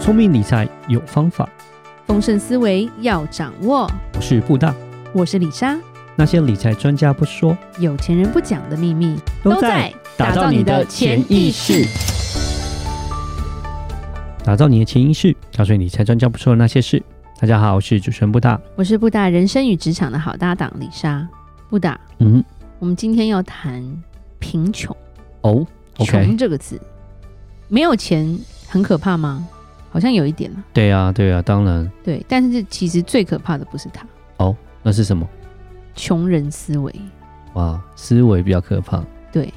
聪明理财有方法，丰盛思维要掌握。我是布大。我是李莎，那些理财专家不说，有钱人不讲的秘密打造你的潜意识。，打造你的潜意识，告诉你理财专家不说的那些事。大家好，我是主持人布大。我是布达人生与职场的好搭档李莎。布达，嗯，我们今天要谈贫穷，哦，OK，穷这个词，没有钱很可怕吗？好像有一点了，对啊，对啊，当然。对。但是其实最可怕的不是他，那是什么？穷人思维，哇，思维比较可怕。对，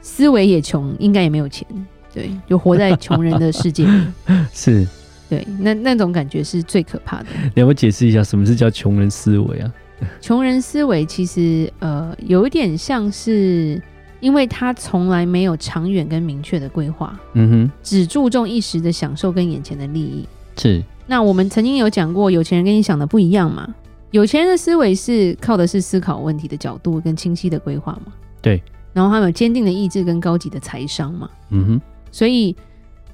思维也穷，应该也没有钱，对，就活在穷人的世 界里， 是，对，那那种感觉是最可怕的。你要不要解释一下什么是叫穷人思维啊？穷人思维其实呃有一点像是，因为他从来没有长远跟明确的规划，嗯只注重一时的享受跟眼前的利益。哼，是，那我们曾经有讲过，有钱人跟你想的不一样嘛。有钱人的思维是靠的是思考问题的角度跟清晰的规划嘛。对。然后他们有坚定的意志跟高级的财商嘛。嗯哼，所以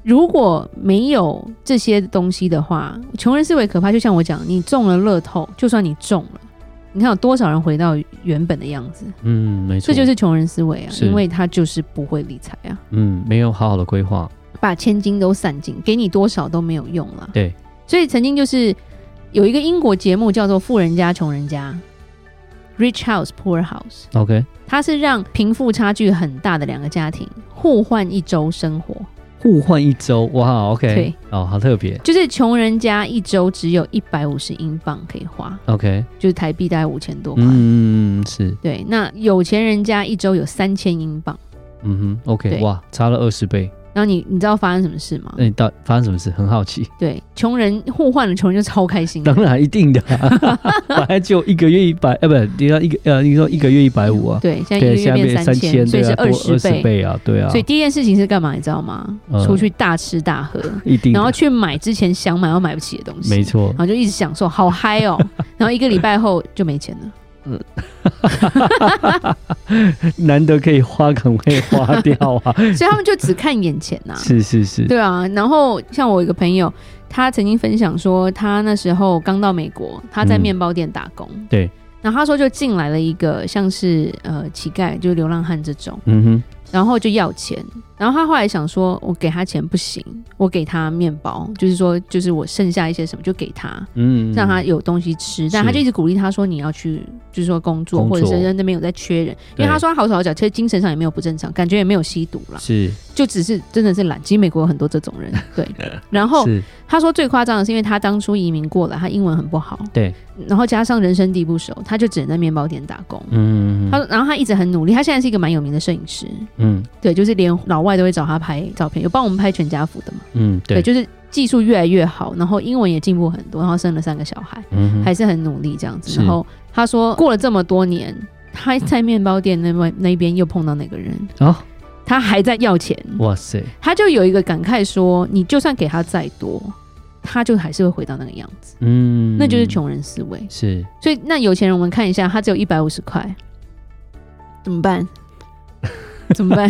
如果没有这些东西的话，穷人思维可怕。就像我讲，你中了乐透，就算你中了，你看有多少人回到原本的样子，嗯，没错，这就是穷人思维啊，是因为他就是不会理财啊，嗯，没有好好的规划。把千金都散尽，给你多少都没有用了。对，所以曾经就是有一个英国节目叫做《富人家穷人家》。Rich House Poor House， OK，它是让贫富差距很大的两个家庭互换一周生活，互换一周，哇，OK，对，哦，好特别就是穷人家一周只有一百五十英镑可以花， ，OK，就是台币大概五千多块。嗯，是，对，那有钱人家一周有三千英镑。嗯哼，OK，对嗯哇，差了二十倍，然后你你知道发生什么事吗？那你到发生什么事？很好奇。 对，穷人互换了，穷人就超开心的当。然一定的啊， 本来就一个月一百，呃，不，你要一个呃，你说一个月一百五啊，嗯对，现在一个对，月下变面三千，所对以是啊，二多十二十倍啊，对啊所，以第一件事情是干嘛？你知道吗？嗯出去大吃大喝，一定的，然后去嗯买之前想买又买不起的东西，没错然，后就一直享受，好嗨哦。然后一个礼拜后就没钱了。难得可以花，赶快花掉啊！ 所以他们就只看眼前呐、是是是，对啊，然后像我一个朋友，他曾经分享说，他那时候刚到美国，他在嗯面包店打工。对。然后他说就进来了一个像是呃乞丐，就是流浪汉这种，嗯哼，然后就要钱。然后他后来想说，我给他钱不行，我给他面包，就是说就是我剩下一些什么就给他。嗯，让他有东西吃，但是他就一直鼓励他说：“你要去，就是说工作，工或者作是那边有在缺人。”因为对他说他好手好脚，其实精神上也没有不正常，感觉也没有吸毒啦。是就只是真的是懒。其实美国有很多这种 人，对。然后是，他说最夸张的是，因为他当初移民过来，他英文很不好，对，然后加上人生地不熟，他就只能在面包店打工。嗯，他说，然后他一直很努力，他现在是一个蛮有名的摄影师，嗯对，就是连老外都会找他拍照片，有帮我们拍全家福的嘛，嗯，对，就是技术越来越好，然后英文也进步很多，然后生了三个小孩，嗯哼还是很努力这样子。是然后他说，过了这么多年，他在面包店那边那边又碰到那个人，哦，他还在要钱，哇塞，他就有一个感慨说：“你就算给他再多，他就还是会回到那个样子。嗯，那就是，穷人思维。是所以那有钱人，我们看一下，他只有一百五十块，怎么办？ 怎么 办？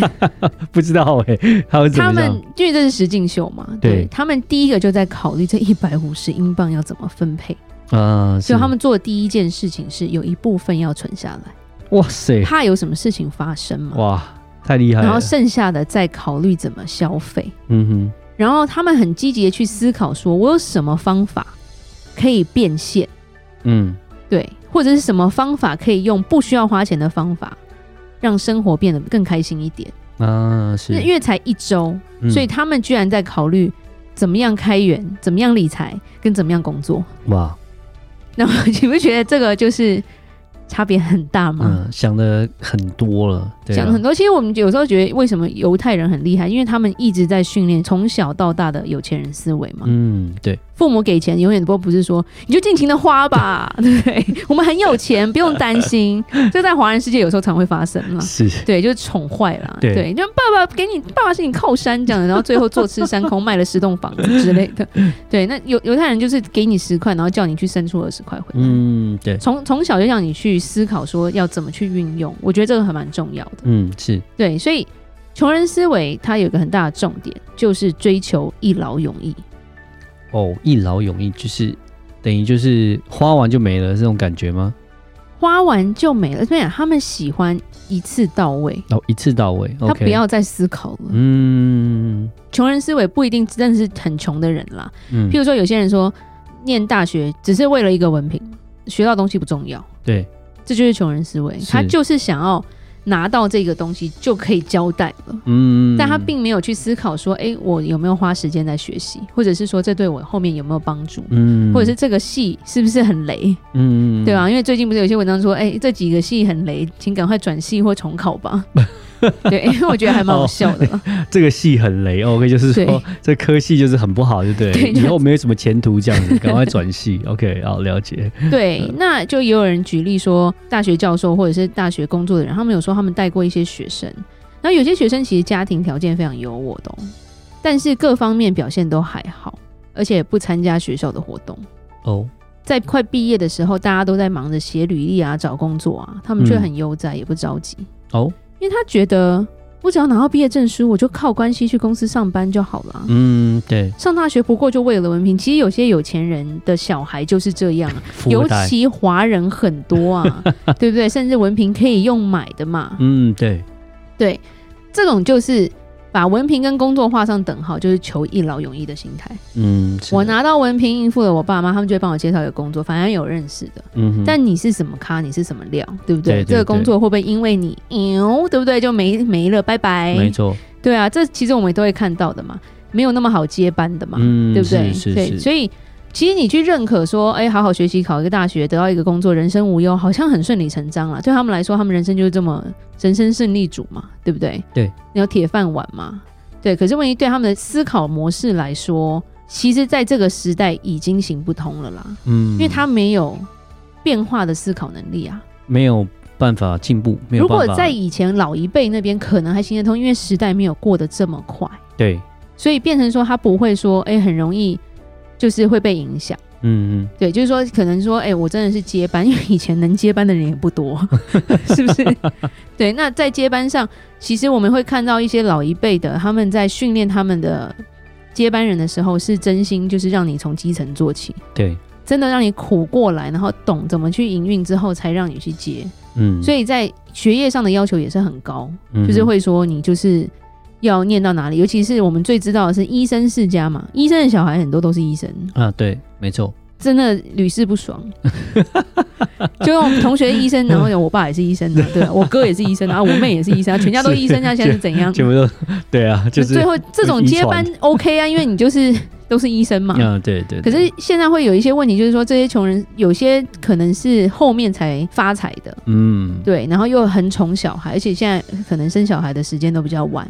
不知道 哎、他会怎他么们样？因为这是实境秀嘛，对他们第一个就在考虑这一百五十英镑要怎么分配，啊，所以是他们做的第一件事情是有一部分要存下来，哇塞，怕有什么事情发生嘛，哇，哎太厉害然后了，剩下的再考虑怎么消费。嗯然后他们很积极的去思考说，我有什么方法可以变现，哼，嗯，对，或者是什么方法可以用不需要花钱的方法，让生活变得更开心一点。啊，是，那因为才一周，嗯所以他们居然在考虑怎么样开源、怎么样理财跟怎么样工作。 哇，那么你不觉得这个就是差别很大吗？嗯，想的很多了，对啊讲了很多，其实我们有时候觉得为什么犹太人很厉害，因为他们一直在训练从小到大的有钱人思维嘛。嗯，对，父母给钱永远都不是说你就尽情的花 吧，对不对？我们很有钱，不用担心。这在华人世界有时候常会发生啦。是，对，就是宠坏啦。对就爸爸给你，爸爸是你靠山这样的，然后最后坐吃山空，卖了十栋房子之类 的。对，那犹犹太人就是给你十块，然后叫你去生出二十块回来。嗯，对，从从小就让你去思考说要怎么去运用，我觉得这个还蛮重要的。嗯，是，对，所以穷人思维它有一个很大的重点，就是追求一劳永逸。哦，一劳永逸，就是等于就是花完就没了这种感觉吗？花完就没了。对啊，他们喜欢一次到位，哦，一次到位他，OK，不要再思考了。嗯穷人思维不一定真的是很穷的人啦。嗯譬，如说，有些人说念大学只是为了一个文凭，学到东西不重要，对，这就是穷人思维。是他就是想要拿到这个东西就可以交代了，嗯，但他并没有去思考说，诶，我有没有花时间在学习，或者是说这对我后面有没有帮助，嗯，或者是这个戏是不是很雷，嗯，对啊，因为最近不是有些文章说，诶，这几个戏很雷，请赶快转系或重考吧。对，因为我觉得还蛮好笑的啦。这个戏很雷，OK，就是对说这科系就是很不好，对不对？对就以后没有什么前途这样子，赶快转 系，OK，好了解，对，那就也有人举例说，大学教授或者是大学工作的人，他们有说他们带过一些学生，然后有些学生其实家庭条件非常优渥的哦、但是各方面表现都还好，而且不参加学校的活动。哦，在快毕业的时候，大家都在忙着写履历啊、找工作啊，他们却很悠哉，也不着急，哦，因为他觉得我只要拿到毕业证书，我就靠关系去公司上班就好了啊、嗯，对，上大学不过就为了文凭，其实有些有钱人的小孩就是这样，啊 富尤二代，其华人很多 啊，对不对？甚至文凭可以用买的嘛，嗯，对，对，这种就是把文凭跟工作画上等号，就是求一劳永逸的心态。嗯，是的我，拿到文凭应付了我爸妈，他们就会帮我介绍有工作，反正有认识的。嗯哼，但你是什么咖，你是什么料，对不对？对对这个工对作会不会因为你，嗯对不对？就没没了，拜没拜。错，对啊，这其实我们都会看到的嘛，没有那么好接班的嘛。嗯，对不对？是对，是是，所以其实你去认可说，哎，好好学习，考一个大学，得到一个工作，人生无忧，好像很顺理成章啊了。对他们来说，他们人生就是这么人生胜利组嘛，对不对？对，你有铁饭碗嘛？对，可是问题对他们的思考模式来说，其实在这个时代已经行不通了啦，嗯，因为他没有变化的思考能力啊。没有办法进步，没有如办法，果在以前老一辈那边，可能还行得通，因为时代没有过得这么快，对，所以变成说他不会说，哎，很容易就是会被影响。嗯对，就是说，可能说，哎、我真的是接班，因为以前能接班的人也不多， 是不是？对，那在接班上，其实我们会看到一些老一辈的，他们在训练他们的接班人的时候，是真心就是让你从基层做起，嗯，对，真的让你苦过来，然后懂怎么去营运之后，才让你去接。嗯，所以以在学业上的要求也是很高，嗯就是会说你就是要念到哪里，尤其是我们最知道的是医生世家嘛，医生的小孩很多都是医生。啊，对，没错，真的屡试 不爽。就我们同学医生，然后有我爸也是医生 啊，对啊我哥也是医生啊，我妹也是医生啊，全家都医生啊，现在是怎样？全部都 对啊，就是最后这种接班遗 OK 啊，因为你就是都是医生嘛。 嗯，对对，可对是现在会有一些问题，就是说这些穷人有些可能是后面才发财的，嗯，对，然后又很宠小孩，而且现在可能生小孩的时间都比较晚，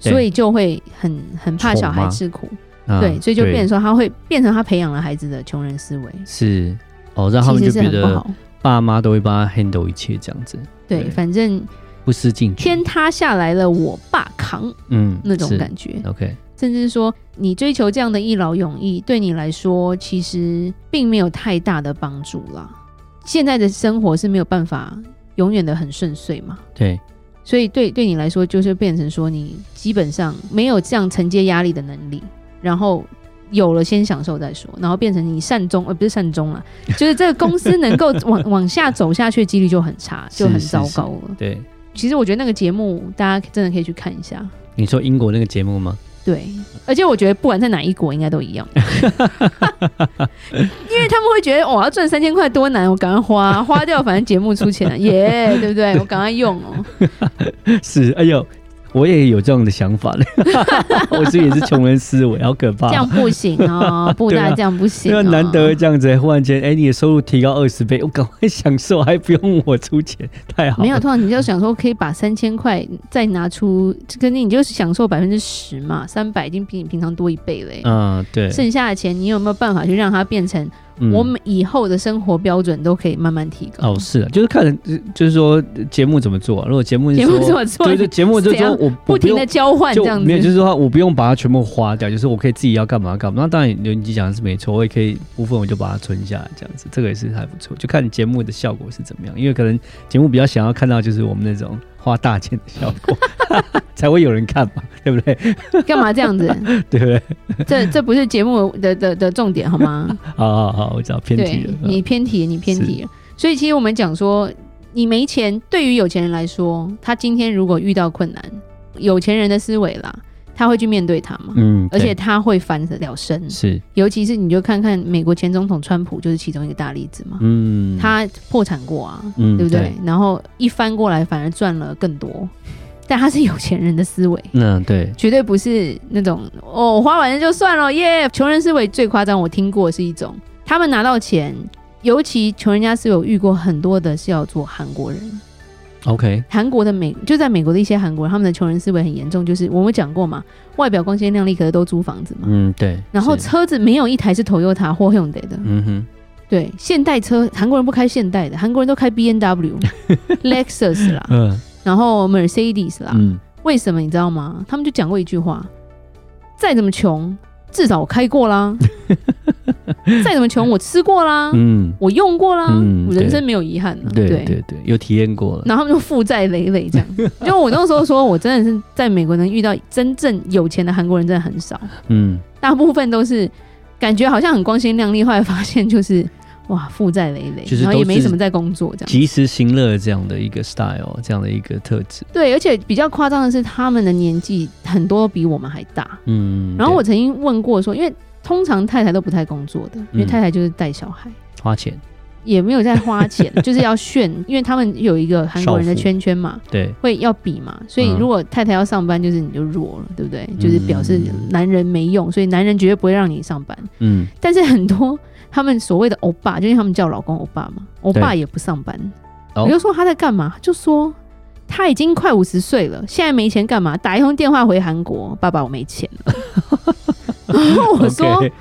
对所以就会很很怕宠小孩吗吃苦，啊对，所以就变成对说他会变成他培养了孩子的穷人思维，是哦，让他们其就实是觉很不得好。爸妈都会帮他 handle 一切这样子，对，对反正不思进取，天塌下来了我爸扛嗯那种是感觉， OK，甚至说你追求这样的一劳永逸，对你来说其实并没有太大的帮助啦。现在的生活是没有办法永远的很顺遂嘛，对，所以对对你来说就是变成说你基本上没有这样承接压力的能力，然后。有了先享受再说，然后变成你善终，呃，不是善终 了，就是这个公司能够往往下走下去的几率就很差，就很是是糟是糕了。对，其实我觉得那个节目大家真的可以去看一下，你说英国那个节目吗？ 对，而且我觉得不管在哪一国应该都一样，因为他们会觉得哦我要赚三千块多难，我赶快花花掉，反正节目出钱了，耶、对不对？我赶快用哦，是，哎呦，我也有这样的想法 嘞，我自己也是穷人思维，好可怕这。样不行哦，不啊 对啊大这样不行、因哦，为难得这样子，忽然间，哎、你的收入提高二十倍，我赶快享受，还不用我出钱，太好了。没有，通常你就想说可以把三千块再拿出，这个你就享受百分之十嘛，三百已经比你平常多一倍嘞、嗯，对，剩下的钱你有没有办法去让它变成嗯我们以后的生活标准都可以慢慢提高？哦是啊，就是看人，就是说节目怎么做啊、如果节目是节说目怎么做？对对，节目就是怎说样我不我停用的交换这就样子，没有，就是说我不用把它全部花掉，就是我可以自己要干嘛干嘛。那当然，刘云基讲的是没错，我也可以部分我就把它存下来，这样子，这个也是还不错。就看节目的效果是怎么样，因为可能节目比较想要看到就是我们那种花大钱的效果， 才会有人看嘛，对不对？干嘛这样子？对不对？这这不是节目的的的重点好吗？好好好，我知道偏题对了。啊你偏题，你偏题了。所以其实我们讲说，你没钱，对于有钱人来说，他今天如果遇到困难，有钱人的思维啦，他会去面对他嘛，嗯，而且对他会翻得了身。是尤其是你就看看美国前总统川普就是其中一个大例子嘛，嗯，他破产过啊，嗯对不对？？然后一翻过来反而赚了更多，但他是有钱人的思维。嗯，对，绝对不是那种哦，我花完了就算了耶。穷人思维最夸张，我听过是一种，他们拿到钱，尤其穷人家是有遇过很多的是要做韩国人， OK，韩国的美就在美国的一些韩国人，他们的穷人思维很严重，就是我们讲过嘛，外表光鲜亮丽，可是都租房子嘛，嗯，对。然后是车子没有一台是 Toyota 或 Hyundai 的，嗯哼，对，现代车韩国人不开现代的，韩国人都开 B N W、Lexus 啦，嗯然后 Mercedes 啦，嗯，为什么你知道吗？他们就讲过一句话：再怎么穷，至少我开 过啦；再怎么穷，我吃过啦，嗯，我用过啦，嗯我人生没有遗憾、啊。对对对，有体验过了。然后他们就负债累累，这样。 就我那时候说，我真的是在美国能遇到真正有钱的韩国人真的很少，嗯，大部分都是感觉好像很光鲜亮丽，后来发现就是哇负债累累，就是然后也都没是什么在工作这样。及时行乐这样的一个 style，这样的一个特质。对，而且比较夸张的是，他们的年纪很多比我们还大。嗯，然后我对曾经问过说，因为通常太太都不太工作的，因为嗯太太就是带小孩，花钱，也没有在 花钱，就是要炫，因为他们有一个韩国人的圈圈嘛，对，会要比嘛，所以嗯如果太太要上班，就是你就弱了，对不对？就是表示嗯男人没用，所以男人绝对不会让你上班。嗯，但是很多他们所谓的欧巴，就因为他们叫老公欧巴嘛，欧巴也不上班。哦我就说他在干嘛，就说他已经快五十岁了，现在没钱干嘛？打一通电话回韩国，爸爸我没钱 了。然后我说 OK，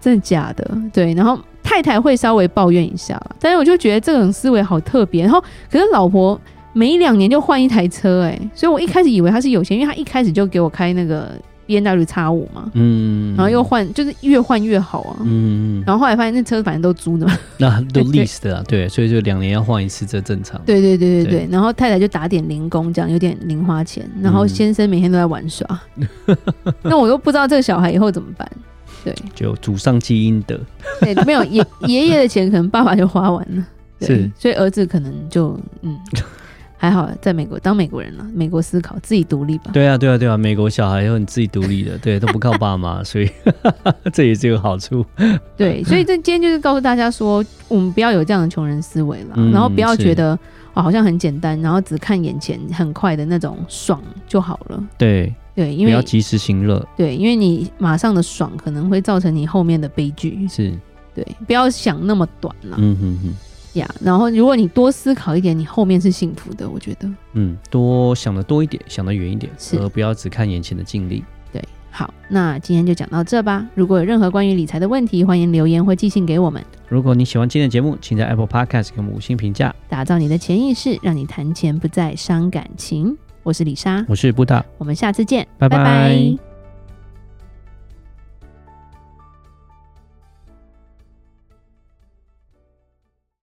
真的假的？对，然后太太会稍微抱怨一下啦，但是我就觉得这种思维好特别。然后可是老婆。每两年就换一台车、哎，所以我一开始以为他是有钱，因为他一开始就给我开那个 B N W X 五嘛，嗯，然后又换，就是越换越好啊。嗯，嗯，然后后来发现那车反正都租的嘛。 那都对 lease 的啦，对，所以就两年要换一次，这正常。对对对对对。对然后太太就打点零工，这样有点零花钱。然后嗯先生每天都在玩耍， 那我都不知道这个小孩以后怎么办。对就祖上积阴德，对，没有 爷爷爷的钱，可能爸爸就花完了。对是，所以儿子可能就嗯，还好在美国当美国人了，美国思考自己独立吧。对啊，对啊，对啊，美国小孩很自己独立的，对，都不靠爸 妈，所以 这也是有好处。对，所以这今天就是告诉大家说，我们不要有这样的穷人思维了，嗯然后不要是觉得哦好像很简单，然后只看眼前很快的那种爽就好了。对，对，因不要为及时行乐，对，因为你马上的爽可能会造成你后面的悲剧。是，对，不要想那么短了嗯哼哼，呀。然后，如果你多思考一点，你后面是幸福的。我觉得嗯，多想的多一点，想的远一点，是而不要只看眼前的尽力。对。好，那今天就讲到这吧。如果有任何关于理财的问题，欢迎留言或寄信给我们。如果你喜欢今天的节目，请在 Apple Podcast 给我们五星评价。打造你的潜意识，让你谈钱不再伤感情。我是李莎，我是布达，我们下次见，拜拜